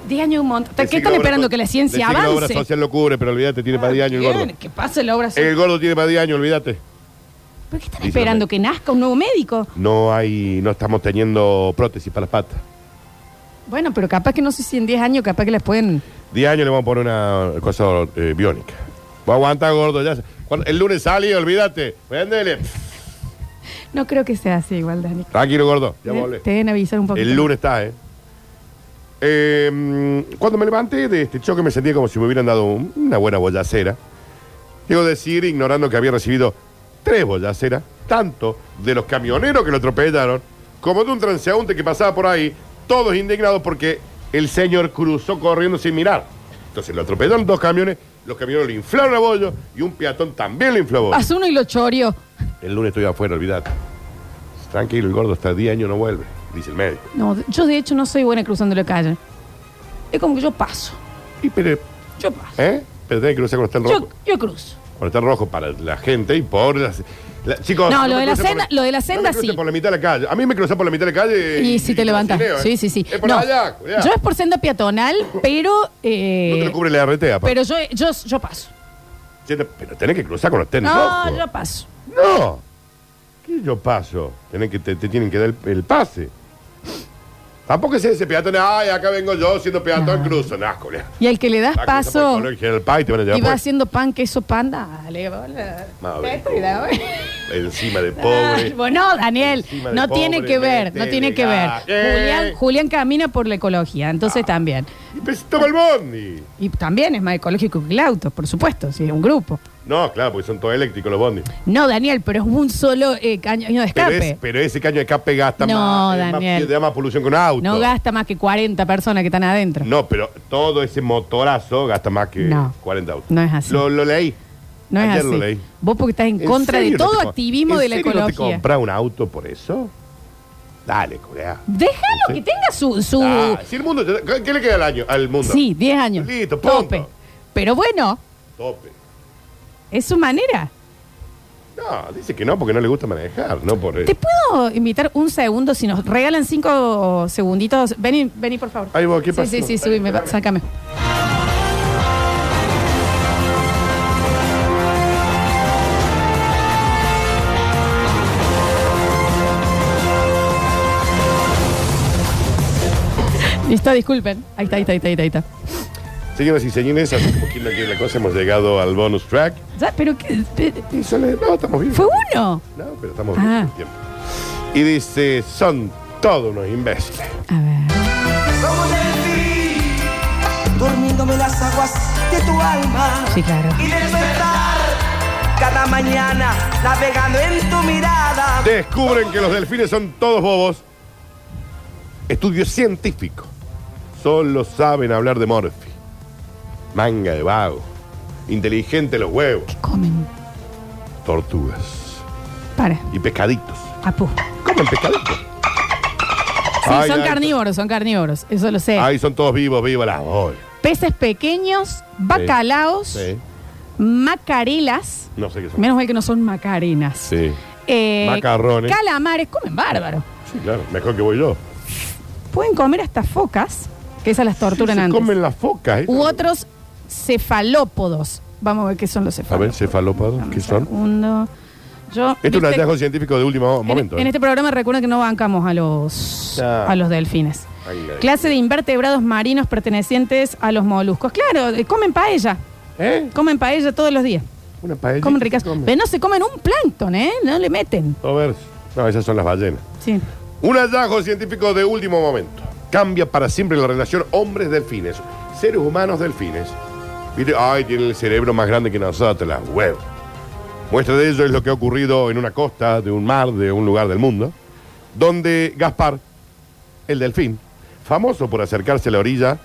[SPEAKER 2] Diez años un montón. ¿Qué
[SPEAKER 3] Decí
[SPEAKER 2] están
[SPEAKER 3] la obra
[SPEAKER 2] esperando?
[SPEAKER 3] so-
[SPEAKER 2] Que la ciencia
[SPEAKER 3] decí La obra
[SPEAKER 2] avance. Ah,
[SPEAKER 3] social lo cubre, pero olvídate, tiene para 10 años el
[SPEAKER 2] Bien,
[SPEAKER 3] gordo.
[SPEAKER 2] Que pase la obra
[SPEAKER 3] El
[SPEAKER 2] social.
[SPEAKER 3] gordo tiene para 10 años, olvídate.
[SPEAKER 2] ¿Por qué están
[SPEAKER 3] Dice
[SPEAKER 2] esperando
[SPEAKER 3] los
[SPEAKER 2] que nazca un nuevo médico?
[SPEAKER 3] No hay, no estamos teniendo prótesis para las patas.
[SPEAKER 2] Bueno, pero capaz que no sé si en 10 años, capaz que les pueden.
[SPEAKER 3] 10 años le vamos a poner una cosa eh, biónica. Vos aguanta, gordo, ya. Cuando- el lunes salí, olvídate. Véndele.
[SPEAKER 2] No creo que sea así igual, Dani.
[SPEAKER 3] Tranquilo, gordo. Ya
[SPEAKER 2] Te
[SPEAKER 3] volé.
[SPEAKER 2] te deben avisar un poquito.
[SPEAKER 3] El lunes está, ¿eh? Eh, Cuando me levanté de este choque me sentía como si me hubieran dado un- una buena bollacera. Debo decir, ignorando que había recibido tres bollaceras, tanto de los camioneros que lo atropellaron, como de un transeúnte que pasaba por ahí, todos indignados porque el señor cruzó corriendo sin mirar. Entonces lo atropellaron dos camiones, los camioneros le inflaron a bollo y un peatón también le infló a bollo.
[SPEAKER 2] Haz uno y lo chorio.
[SPEAKER 3] El lunes estoy afuera, olvidate. Tranquilo, el gordo hasta 10 años no vuelve, dice el médico.
[SPEAKER 2] No, yo de hecho no soy buena cruzando la calle. Es como que yo paso.
[SPEAKER 3] Y pero
[SPEAKER 2] Yo paso.
[SPEAKER 3] ¿Eh? Pero tenés que cruzar cuando está en
[SPEAKER 2] Yo,
[SPEAKER 3] rojo.
[SPEAKER 2] yo cruzo.
[SPEAKER 3] Cuando está en rojo para la gente y por las. la- chicos,
[SPEAKER 2] No, lo
[SPEAKER 3] me
[SPEAKER 2] de la
[SPEAKER 3] crucen
[SPEAKER 2] senda-
[SPEAKER 3] por
[SPEAKER 2] lo de la senda
[SPEAKER 3] no me crucen
[SPEAKER 2] sí.
[SPEAKER 3] por la mitad de la calle. A mí me cruzan por la mitad de la calle.
[SPEAKER 2] Y, si te levantas.
[SPEAKER 3] cocineo, ¿eh?
[SPEAKER 2] Sí, sí, sí.
[SPEAKER 3] Es por
[SPEAKER 2] No,
[SPEAKER 3] allá,
[SPEAKER 2] yo
[SPEAKER 3] cuidá.
[SPEAKER 2] es por senda peatonal, pero. eh,
[SPEAKER 3] No te lo cubre la RT, aparte.
[SPEAKER 2] pero yo, yo, yo paso.
[SPEAKER 3] Che, te- Pero, tenés que cruzar cuando está en
[SPEAKER 2] No,
[SPEAKER 3] rojo.
[SPEAKER 2] yo paso.
[SPEAKER 3] No. ¿Qué yo paso? Tenés que, te, te tienen que dar el, el pase. Tampoco es ese peatón. Ay, acá vengo yo siendo peatón,
[SPEAKER 2] No.
[SPEAKER 3] cruzo. No, asco, mirá.
[SPEAKER 2] Y al que le das
[SPEAKER 3] Vas a cruzar por
[SPEAKER 2] paso
[SPEAKER 3] el Colegio General Paz y te van a llevar
[SPEAKER 2] y va
[SPEAKER 3] por-
[SPEAKER 2] haciendo pan, queso, pan, dale, hola. eh.
[SPEAKER 3] Más
[SPEAKER 2] Qué
[SPEAKER 3] bien.
[SPEAKER 2] tira, güey.
[SPEAKER 3] Encima de pobre.
[SPEAKER 2] Ay, Bueno, Daniel,
[SPEAKER 3] Encima de
[SPEAKER 2] no tiene
[SPEAKER 3] pobre,
[SPEAKER 2] que ver,
[SPEAKER 3] vete
[SPEAKER 2] no tiene
[SPEAKER 3] de
[SPEAKER 2] que ver.
[SPEAKER 3] gas. Eh.
[SPEAKER 2] Julián, Julián camina por la ecología, entonces también.
[SPEAKER 3] Y pues toma el bondi.
[SPEAKER 2] Y también es más ecológico que el auto, por supuesto, si es un grupo.
[SPEAKER 3] No, claro, porque son todos eléctricos los bondis.
[SPEAKER 2] No, Daniel, pero es un solo eh, caño de
[SPEAKER 3] Pero,
[SPEAKER 2] escape.
[SPEAKER 3] es- pero ese caño de escape gasta
[SPEAKER 2] No,
[SPEAKER 3] más, es más-
[SPEAKER 2] Daniel.
[SPEAKER 3] da más polución que un auto.
[SPEAKER 2] No gasta más que 40 personas que están adentro.
[SPEAKER 3] No, pero todo ese motorazo gasta más que
[SPEAKER 2] No.
[SPEAKER 3] 40 autos.
[SPEAKER 2] No es así.
[SPEAKER 3] Lo, lo leí.
[SPEAKER 2] No
[SPEAKER 3] Ayer
[SPEAKER 2] es
[SPEAKER 3] lo
[SPEAKER 2] así.
[SPEAKER 3] leí.
[SPEAKER 2] Vos porque estás en, contra de
[SPEAKER 3] serio no
[SPEAKER 2] todo
[SPEAKER 3] te co-
[SPEAKER 2] activismo
[SPEAKER 3] ¿en
[SPEAKER 2] de la
[SPEAKER 3] serio no te
[SPEAKER 2] ecología.
[SPEAKER 3] compras un auto por eso? Dale, Corea.
[SPEAKER 2] Déjalo
[SPEAKER 3] ¿En
[SPEAKER 2] que
[SPEAKER 3] serio?
[SPEAKER 2] tenga su... su...
[SPEAKER 3] Ah, si el mundo te- ¿Qué qué le queda al año? Al mundo.
[SPEAKER 2] Uh. sí, 10 años.
[SPEAKER 3] Listo, punto.
[SPEAKER 2] Tope. Pero bueno,
[SPEAKER 3] Tope.
[SPEAKER 2] es su manera.
[SPEAKER 3] No, dice que no porque no le gusta manejar, no por eh.
[SPEAKER 2] ¿Te puedo invitar un segundo? Si nos regalan cinco segunditos. Vení, vení por favor.
[SPEAKER 3] Ahí vos, ¿qué pasó?
[SPEAKER 2] Sí, sí, sí, subime, va, sácame. Listo, disculpen. Ahí está, ahí está, ahí está, ahí está.
[SPEAKER 3] Señoras y señores, así como quien no quiere la cosa, hemos llegado al bonus track.
[SPEAKER 2] Ya, pero qué- pe-
[SPEAKER 3] Y sale, no, estamos bien.
[SPEAKER 2] fue uno.
[SPEAKER 3] No, pero estamos
[SPEAKER 2] Ah.
[SPEAKER 3] bien con el tiempo. Y dice, son todos unos imbéciles.
[SPEAKER 2] A ver.
[SPEAKER 5] Somos del fin, durmiéndome las aguas de tu alma.
[SPEAKER 2] Sí, claro.
[SPEAKER 5] Y despertar cada mañana, navegando en tu mirada.
[SPEAKER 3] Descubren que los delfines son todos bobos. Estudio científico. Solo saben hablar de Morphy. Manga de vago. Inteligente los huevos.
[SPEAKER 2] ¿Qué comen?
[SPEAKER 3] Tortugas.
[SPEAKER 2] Para.
[SPEAKER 3] Y pescaditos.
[SPEAKER 2] Apu.
[SPEAKER 3] Comen pescaditos.
[SPEAKER 2] Sí,
[SPEAKER 3] Ay,
[SPEAKER 2] son
[SPEAKER 3] ay,
[SPEAKER 2] carnívoros, son carnívoros. Eso lo sé.
[SPEAKER 3] Ay, son todos vivos, vivas las bolas.
[SPEAKER 2] Pero Peces pequeños, bacalaos,
[SPEAKER 3] Sí.
[SPEAKER 2] macarelas.
[SPEAKER 3] No sé qué son.
[SPEAKER 2] Menos mal que no son macarenas.
[SPEAKER 3] Sí.
[SPEAKER 2] Eh,
[SPEAKER 3] Macarrones.
[SPEAKER 2] Calamares, comen bárbaro.
[SPEAKER 3] Sí, claro. Mejor que voy yo.
[SPEAKER 2] Pueden comer hasta focas, que esas las torturan
[SPEAKER 3] Se
[SPEAKER 2] antes.
[SPEAKER 3] comen las focas. ¿eh?
[SPEAKER 2] U otros cefalópodos. Vamos a ver qué son los
[SPEAKER 3] A ver,
[SPEAKER 2] cefalópodos.
[SPEAKER 3] cefalópodos,
[SPEAKER 2] Dame
[SPEAKER 3] ¿qué
[SPEAKER 2] un
[SPEAKER 3] son?
[SPEAKER 2] segundo. Yo,
[SPEAKER 3] Esto es un
[SPEAKER 2] viste,
[SPEAKER 3] hallazgo científico de último
[SPEAKER 2] en-
[SPEAKER 3] momento.
[SPEAKER 2] En,
[SPEAKER 3] ¿eh?
[SPEAKER 2] este programa recuerden que no bancamos a los,
[SPEAKER 3] Ya.
[SPEAKER 2] a los delfines.
[SPEAKER 3] Ay, ay.
[SPEAKER 2] Clase de invertebrados marinos pertenecientes a los moluscos. Claro, eh, comen paella.
[SPEAKER 3] ¿Eh?
[SPEAKER 2] Comen paella todos los días.
[SPEAKER 3] Una paella.
[SPEAKER 2] Comen
[SPEAKER 3] ¿qué
[SPEAKER 2] ricas.
[SPEAKER 3] se come?
[SPEAKER 2] Pero no se comen un plancton, ¿eh? No le meten.
[SPEAKER 3] A ver. No, esas son las ballenas.
[SPEAKER 2] Sí.
[SPEAKER 3] Un hallazgo científico de último momento. Cambia para siempre la relación hombres-delfines. Seres humanos-delfines. Viste, ay, tienen el cerebro más grande que nosotros, las huevos. Muestra de ello es lo que ha ocurrido en una costa de un mar, de un lugar del mundo, donde Gaspar, el delfín, famoso por acercarse a la orilla,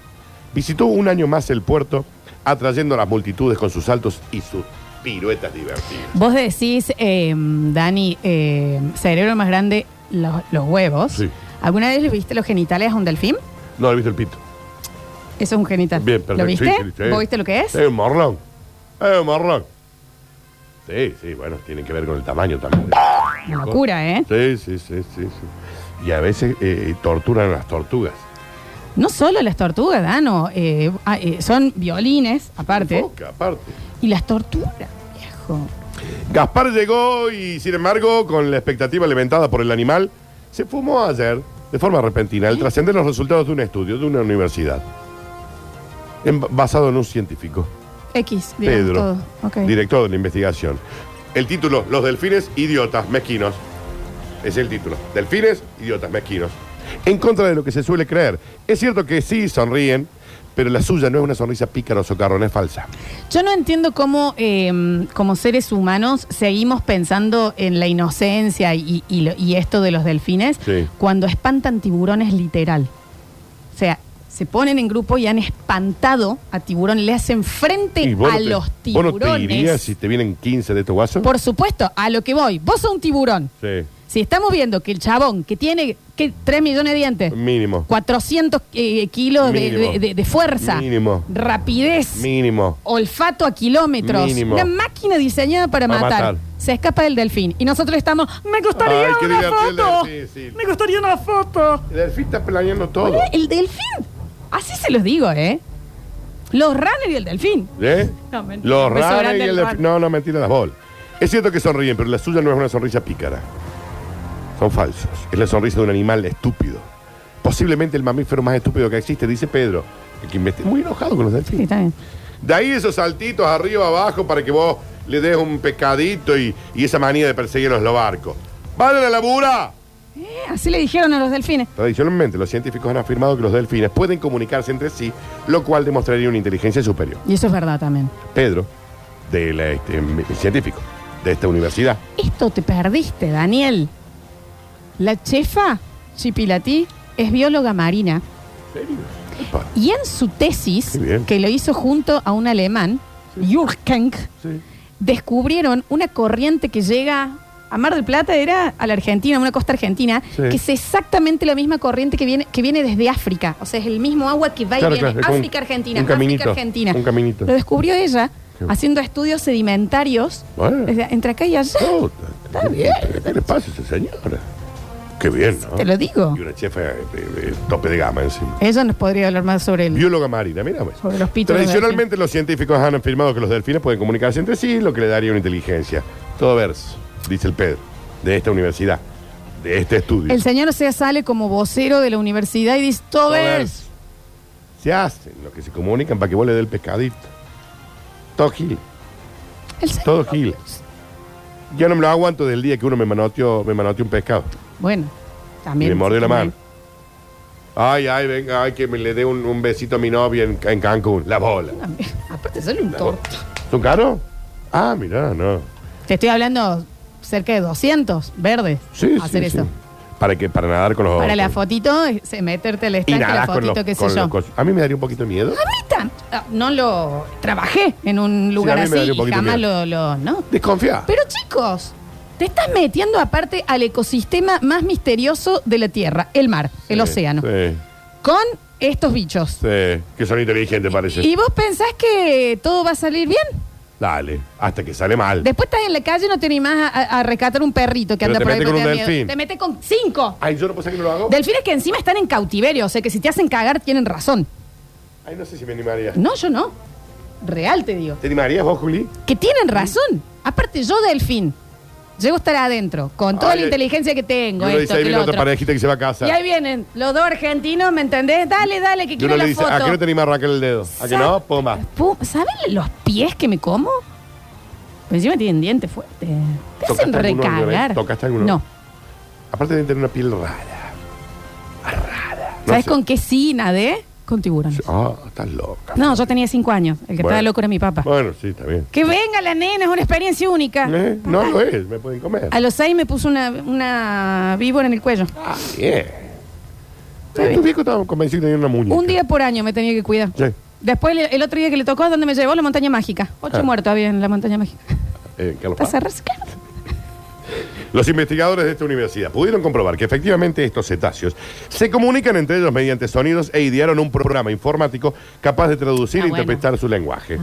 [SPEAKER 3] visitó un año más el puerto, atrayendo a las multitudes con sus saltos y sus piruetas divertidas.
[SPEAKER 2] Vos decís, eh, Dani, eh, cerebro más grande, los, los huevos.
[SPEAKER 3] Sí.
[SPEAKER 2] ¿Alguna vez le viste los genitales a un delfín?
[SPEAKER 3] No, he visto el pito.
[SPEAKER 2] Eso es un genital.
[SPEAKER 3] Bien, perfecto.
[SPEAKER 2] ¿Lo viste?
[SPEAKER 3] Sí, sí, sí.
[SPEAKER 2] ¿Vos viste lo que es?
[SPEAKER 3] Es un morrón. Es un morrón. Sí, sí, bueno, tiene que ver con el tamaño también.
[SPEAKER 2] Una locura, ¿eh?
[SPEAKER 3] Sí, sí, sí, sí. sí. Y a veces eh, torturan a las tortugas.
[SPEAKER 2] No solo las tortugas, Dano. eh, ah, eh, son violines, aparte.
[SPEAKER 3] Foca, aparte.
[SPEAKER 2] Y las torturas, viejo.
[SPEAKER 3] Gaspar llegó y, sin embargo, con la expectativa alimentada por el animal, se fumó ayer, de forma repentina, el trascender los resultados de un estudio de una universidad. En- basado en un científico.
[SPEAKER 2] X, digamos
[SPEAKER 3] Pedro,
[SPEAKER 2] todo. Ok.
[SPEAKER 3] director de la investigación. El título, Los delfines idiotas mezquinos. Es el título, Delfines idiotas mezquinos. En contra de lo que se suele creer, es cierto que sí sonríen, pero la suya no es una sonrisa pícaro socarrón, es falsa.
[SPEAKER 2] Yo no entiendo cómo, eh, como seres humanos, seguimos pensando en la inocencia y, y lo- y esto de los delfines
[SPEAKER 3] Sí.
[SPEAKER 2] cuando espantan tiburones literal. O sea, se ponen en grupo y han espantado a tiburones, le hacen frente
[SPEAKER 3] vos
[SPEAKER 2] a
[SPEAKER 3] no te-
[SPEAKER 2] los
[SPEAKER 3] ¿Vos no te irías
[SPEAKER 2] tiburones.
[SPEAKER 3] si te vienen 15 de estos guasos?
[SPEAKER 2] Por supuesto, a lo que voy. Vos sos un tiburón.
[SPEAKER 3] Sí,
[SPEAKER 2] Si estamos viendo que el chabón que tiene que 3 millones de dientes,
[SPEAKER 3] mínimo,
[SPEAKER 2] 400 eh, kilos de,
[SPEAKER 3] Mínimo.
[SPEAKER 2] de- de- de fuerza,
[SPEAKER 3] Mínimo.
[SPEAKER 2] rapidez,
[SPEAKER 3] mínimo.
[SPEAKER 2] olfato a kilómetros,
[SPEAKER 3] Mínimo.
[SPEAKER 2] una máquina diseñada para
[SPEAKER 3] Para
[SPEAKER 2] matar.
[SPEAKER 3] matar.
[SPEAKER 2] se escapa del delfín. Y nosotros estamos, me gustaría
[SPEAKER 3] Ay, qué
[SPEAKER 2] una
[SPEAKER 3] divertido el
[SPEAKER 2] foto.
[SPEAKER 3] delfín, sí.
[SPEAKER 2] Me gustaría una foto.
[SPEAKER 3] El delfín está planeando todo.
[SPEAKER 2] Oye, El delfín. Así se los digo, ¿eh? Los runners y el delfín.
[SPEAKER 3] ¿Eh?
[SPEAKER 2] No, mentira,
[SPEAKER 3] Los
[SPEAKER 2] me sobran
[SPEAKER 3] raros y
[SPEAKER 2] del
[SPEAKER 3] el
[SPEAKER 2] bar.
[SPEAKER 3] delfín. No, no, mentira, las bolas. Es cierto que sonríen, pero la suya no es una sonrisa pícara. Son falsos. Es la sonrisa de un animal estúpido. Posiblemente el mamífero más estúpido que existe, dice Pedro. el Que investi- muy enojado con los
[SPEAKER 2] Sí,
[SPEAKER 3] delfines.
[SPEAKER 2] está bien.
[SPEAKER 3] De ahí esos saltitos arriba, abajo, para que vos le des un pecadito y, y esa manía de perseguirlos los barcos. ¡Vale la labura!
[SPEAKER 2] Eh, Así le dijeron a los delfines.
[SPEAKER 3] Tradicionalmente, los científicos han afirmado que los delfines pueden comunicarse entre sí, lo cual demostraría una inteligencia superior.
[SPEAKER 2] Y eso es verdad también.
[SPEAKER 3] Pedro, de la, este, m- científico de esta universidad.
[SPEAKER 2] Esto te perdiste, Daniel. La chefa Chipilati es bióloga marina
[SPEAKER 3] Epa,
[SPEAKER 2] y en su tesis,
[SPEAKER 3] Qué bien.
[SPEAKER 2] que lo hizo junto a un alemán, Jürgen,
[SPEAKER 3] sí.
[SPEAKER 2] descubrieron una corriente que llega a Mar del Plata, era a la Argentina, a una costa argentina,
[SPEAKER 3] Sí.
[SPEAKER 2] que es exactamente la misma corriente que viene, que viene desde África. O sea, es el mismo agua que va
[SPEAKER 3] Claro,
[SPEAKER 2] y viene.
[SPEAKER 3] claro, es como
[SPEAKER 2] África,
[SPEAKER 3] un-
[SPEAKER 2] Argentina,
[SPEAKER 3] un caminito,
[SPEAKER 2] África, Argentina.
[SPEAKER 3] un caminito.
[SPEAKER 2] Lo descubrió ella
[SPEAKER 3] Qué bueno.
[SPEAKER 2] haciendo estudios sedimentarios
[SPEAKER 3] Bueno.
[SPEAKER 2] desde- entre acá y allá.
[SPEAKER 3] Oh, está bien. ¿Qué le pasa a esa señora? Qué bien, ¿no?
[SPEAKER 2] Te lo digo.
[SPEAKER 3] Y una chefa eh, eh, tope de gama encima.
[SPEAKER 2] Ella nos podría hablar más sobre el.
[SPEAKER 3] Bióloga marina, mira. pues.
[SPEAKER 2] Sobre los pitos de
[SPEAKER 3] Tradicionalmente los científicos han afirmado que los delfines pueden comunicarse entre sí, lo que le daría una inteligencia. Todo verso, dice el Pedro, de esta universidad, de este estudio.
[SPEAKER 2] El señor, o sea, sale como vocero de la universidad y dice: Todo es.
[SPEAKER 3] Se hacen lo que se comunican para que vos le dé el pescadito. Todo gil.
[SPEAKER 2] El señor-
[SPEAKER 3] Todo gil. Yo no me lo aguanto del día que uno me manoteó, me manoteó un pescado.
[SPEAKER 2] Bueno,
[SPEAKER 3] Y
[SPEAKER 2] también.
[SPEAKER 3] me mordió la mano. Ay, ay, venga, ay, que me le dé un, un besito a mi novia en, en Cancún. La bola.
[SPEAKER 2] También. Aparte, sale un torto.
[SPEAKER 3] ¿Es un caro? Ah, mirá, no.
[SPEAKER 2] Te estoy hablando cerca de 200 verdes.
[SPEAKER 3] Sí,
[SPEAKER 2] hacer
[SPEAKER 3] sí,
[SPEAKER 2] eso.
[SPEAKER 3] sí. ¿Para qué? Para nadar con los
[SPEAKER 2] Para la fotito, se meterte al
[SPEAKER 3] Y
[SPEAKER 2] estanque, la
[SPEAKER 3] nadar con
[SPEAKER 2] fotito,
[SPEAKER 3] los,
[SPEAKER 2] qué sé
[SPEAKER 3] con
[SPEAKER 2] yo.
[SPEAKER 3] los cos- A mí me daría un poquito de miedo.
[SPEAKER 2] Ahorita, ah, No lo trabajé en un lugar
[SPEAKER 3] a mí
[SPEAKER 2] así
[SPEAKER 3] me daría un
[SPEAKER 2] y
[SPEAKER 3] poquito
[SPEAKER 2] jamás
[SPEAKER 3] miedo.
[SPEAKER 2] lo, lo- ¿no?
[SPEAKER 3] Desconfía.
[SPEAKER 2] Pero chicos, te estás metiendo aparte al ecosistema más misterioso de la Tierra, el mar, el océano.
[SPEAKER 3] Sí.
[SPEAKER 2] Con estos bichos.
[SPEAKER 3] Sí, que son inteligentes, parece.
[SPEAKER 2] ¿Y vos pensás que todo va a salir bien?
[SPEAKER 3] Dale, hasta que sale mal.
[SPEAKER 2] Después estás en la calle y no te animás a, a- a rescatar un perrito que
[SPEAKER 3] Pero
[SPEAKER 2] anda
[SPEAKER 3] te
[SPEAKER 2] por ahí.
[SPEAKER 3] metes
[SPEAKER 2] porque
[SPEAKER 3] con
[SPEAKER 2] te
[SPEAKER 3] un
[SPEAKER 2] da miedo.
[SPEAKER 3] delfín.
[SPEAKER 2] Te metes con cinco.
[SPEAKER 3] Ay, yo no pasa que no lo hago.
[SPEAKER 2] Delfines que encima están en cautiverio, o sea que si te hacen cagar tienen razón.
[SPEAKER 3] Ay, no sé si me animaría.
[SPEAKER 2] No, yo no. Real te digo.
[SPEAKER 3] ¿Te animarías vos, Juli?
[SPEAKER 2] Que tienen razón. Aparte, yo delfín. Llego a estar adentro, con toda
[SPEAKER 3] Ay,
[SPEAKER 2] la inteligencia que
[SPEAKER 3] Y
[SPEAKER 2] tengo.
[SPEAKER 3] uno dice,
[SPEAKER 2] Esto,
[SPEAKER 3] ahí
[SPEAKER 2] que
[SPEAKER 3] viene
[SPEAKER 2] lo
[SPEAKER 3] otra
[SPEAKER 2] otro.
[SPEAKER 3] parejita que se va a casa.
[SPEAKER 2] Y ahí vienen los dos argentinos, ¿me entendés? Dale, dale, que
[SPEAKER 3] Y
[SPEAKER 2] quiero
[SPEAKER 3] uno le
[SPEAKER 2] la
[SPEAKER 3] dice,
[SPEAKER 2] foto.
[SPEAKER 3] ¿a qué no te animas a arrancar el dedo? ¿A que no? Poma.
[SPEAKER 2] Pum, ¿Saben los pies que me como? Pero encima tienen dientes fuertes. Te
[SPEAKER 3] ¿Tocaste
[SPEAKER 2] hacen
[SPEAKER 3] alguno alguna vez?
[SPEAKER 2] recagar.
[SPEAKER 3] ¿Tocaste alguno?
[SPEAKER 2] No.
[SPEAKER 3] Aparte de tener una piel rara. Rara. No
[SPEAKER 2] ¿Sabes
[SPEAKER 3] sé.
[SPEAKER 2] con qué sí nadé? Con tiburones.
[SPEAKER 3] Ah, estás loca.
[SPEAKER 2] No, yo tenía cinco años. El que
[SPEAKER 3] Bueno.
[SPEAKER 2] estaba loco era mi papá.
[SPEAKER 3] Bueno, sí, está bien.
[SPEAKER 2] Que venga la nena, es una experiencia única.
[SPEAKER 3] Eh, No lo es, me pueden comer.
[SPEAKER 2] A los seis me puso una, una víbora en el cuello.
[SPEAKER 3] Ah, bien. Eh, Tu viejo estaba convencido que tenía una muñeca.
[SPEAKER 2] Un día por año me tenía que cuidar.
[SPEAKER 3] Sí.
[SPEAKER 2] Después, le- el otro día que le tocó, ¿dónde me llevó? La montaña mágica. Ocho
[SPEAKER 3] Ah.
[SPEAKER 2] muertos había en la montaña mágica.
[SPEAKER 3] Eh, Carlos Paz.
[SPEAKER 2] ¿Estás arrascado?
[SPEAKER 3] Los investigadores de esta universidad pudieron comprobar que efectivamente estos cetáceos se comunican entre ellos mediante sonidos e idearon un programa informático capaz de traducir
[SPEAKER 2] Ah,
[SPEAKER 3] e
[SPEAKER 2] bueno.
[SPEAKER 3] interpretar su lenguaje.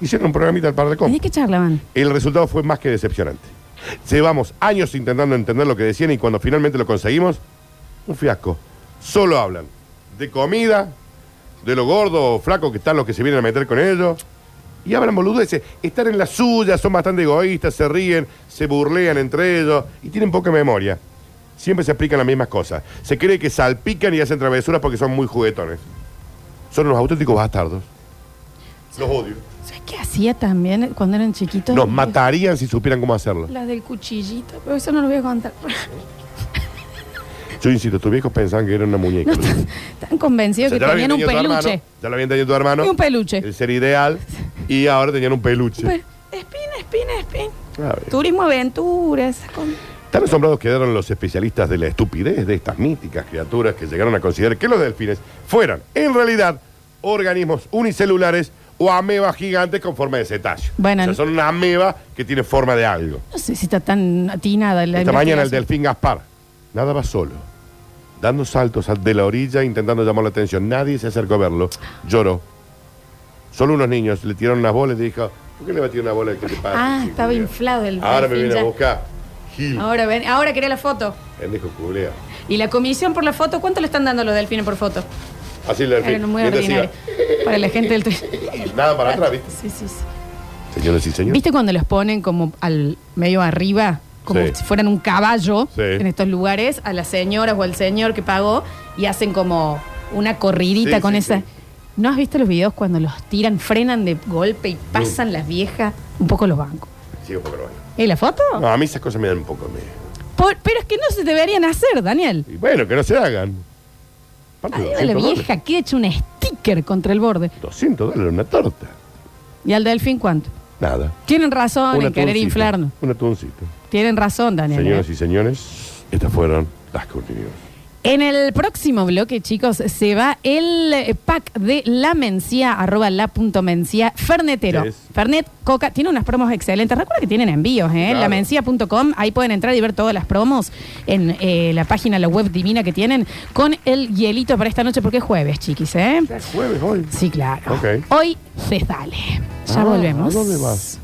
[SPEAKER 3] Hicieron un programita al par de compas.
[SPEAKER 2] ¿De qué charlaban?
[SPEAKER 3] El resultado fue más que decepcionante. Llevamos años intentando entender lo que decían y cuando finalmente lo conseguimos, un fiasco. Solo hablan de comida, de lo gordo o flaco que están los que se vienen a meter con ellos. Y hablan boludeces. Están en la suya, son bastante egoístas, se ríen, se burlean entre ellos y tienen poca memoria. Siempre se aplican las mismas cosas. Se cree que salpican y hacen travesuras porque son muy juguetones. Son unos auténticos bastardos. Los odio.
[SPEAKER 2] ¿Sabes qué hacía también cuando eran chiquitos?
[SPEAKER 3] Nos matarían si supieran cómo hacerlo.
[SPEAKER 2] Las del cuchillito, pero eso no lo voy a contar.
[SPEAKER 3] Yo insisto, tus viejos pensaban que era una muñeca.
[SPEAKER 2] No están, están
[SPEAKER 3] O sea,
[SPEAKER 2] convencidos
[SPEAKER 3] ya
[SPEAKER 2] que
[SPEAKER 3] la
[SPEAKER 2] tenían un
[SPEAKER 3] habían tenido tu
[SPEAKER 2] peluche.
[SPEAKER 3] hermano, ya lo habían tenido tu hermano.
[SPEAKER 2] Y un peluche.
[SPEAKER 3] El ser ideal. Y ahora tenían un peluche.
[SPEAKER 2] Pero, Spin, spin, spin.
[SPEAKER 3] A ver.
[SPEAKER 2] Turismo, aventuras. con-
[SPEAKER 3] Tan asombrados quedaron los especialistas de la estupidez de estas míticas criaturas que llegaron a considerar que los delfines fueran, en realidad, organismos unicelulares o amebas gigantes con forma de cetáceo.
[SPEAKER 2] Bueno,
[SPEAKER 3] O sea, son una ameba que tiene forma de algo.
[SPEAKER 2] No sé si está tan atinada la
[SPEAKER 3] Esta mañana Este
[SPEAKER 2] investigación.
[SPEAKER 3] el delfín Gaspar nadaba solo, dando saltos al- de la orilla intentando llamar la atención. Nadie se acercó a verlo. Lloró. Solo unos niños le tiraron unas bolas y dijo, ¿por qué le batí una bola? ¿Qué te pasa?
[SPEAKER 2] Ah,
[SPEAKER 3] chico,
[SPEAKER 2] estaba
[SPEAKER 3] culiao?
[SPEAKER 2] inflado el
[SPEAKER 3] Ahora me
[SPEAKER 2] delfín
[SPEAKER 3] viene
[SPEAKER 2] ya.
[SPEAKER 3] a buscar. Gil.
[SPEAKER 2] Ahora ven, ahora quería la foto.
[SPEAKER 3] Pendejo culea.
[SPEAKER 2] Y la comisión por la foto, ¿cuánto le están dando a los delfines por foto?
[SPEAKER 3] Así el delfín.
[SPEAKER 2] Eran muy
[SPEAKER 3] Mientras
[SPEAKER 2] ordinario. Para la gente del Twitch.
[SPEAKER 3] siga- Nada para atrás, ¿viste?
[SPEAKER 2] Sí, sí, sí.
[SPEAKER 3] Señores y señores.
[SPEAKER 2] ¿Viste cuando los ponen como al medio arriba? Como
[SPEAKER 3] Sí.
[SPEAKER 2] si fueran un caballo
[SPEAKER 3] Sí.
[SPEAKER 2] en estos lugares, a las señoras o al señor que pagó y hacen como una corridita
[SPEAKER 3] Sí,
[SPEAKER 2] con
[SPEAKER 3] sí,
[SPEAKER 2] esa.
[SPEAKER 3] sí.
[SPEAKER 2] ¿No has visto los videos cuando los tiran, frenan de golpe y pasan las viejas un poco los bancos?
[SPEAKER 3] Sigo por bueno.
[SPEAKER 2] ¿Y la foto?
[SPEAKER 3] No, a mí esas cosas me dan un poco de miedo.
[SPEAKER 2] Por- pero es que no se deberían hacer, Daniel.
[SPEAKER 3] Y bueno, que no se hagan. Aparte,
[SPEAKER 2] Ay, de la
[SPEAKER 3] 200
[SPEAKER 2] vieja que echa un sticker contra el borde.
[SPEAKER 3] dólares. 200 dólares una torta.
[SPEAKER 2] ¿Y al delfín cuánto?
[SPEAKER 3] Nada.
[SPEAKER 2] Tienen razón
[SPEAKER 3] Una
[SPEAKER 2] en querer inflarnos.
[SPEAKER 3] Un atuncito.
[SPEAKER 2] Tienen razón, Daniel. ¿eh?
[SPEAKER 3] Señoras y señores, estas fueron las continuidades.
[SPEAKER 2] En el próximo bloque, chicos, se va el eh, pack de la mencía, arroba la punto mencía, Fernetero.
[SPEAKER 3] ¿Qué es?
[SPEAKER 2] Fernet, Coca, tiene unas promos excelentes. Recuerda que tienen envíos, ¿eh?
[SPEAKER 3] Claro.
[SPEAKER 2] Lamencia.com, ahí pueden entrar y ver todas las promos en eh, la página, la web divina que tienen, con el hielito para esta noche, porque es jueves, chiquis, ¿eh?
[SPEAKER 3] Es jueves hoy.
[SPEAKER 2] Sí, claro.
[SPEAKER 3] Ok.
[SPEAKER 2] Hoy se sale. Ya
[SPEAKER 3] Ah,
[SPEAKER 2] volvemos.
[SPEAKER 3] ¿a dónde vas?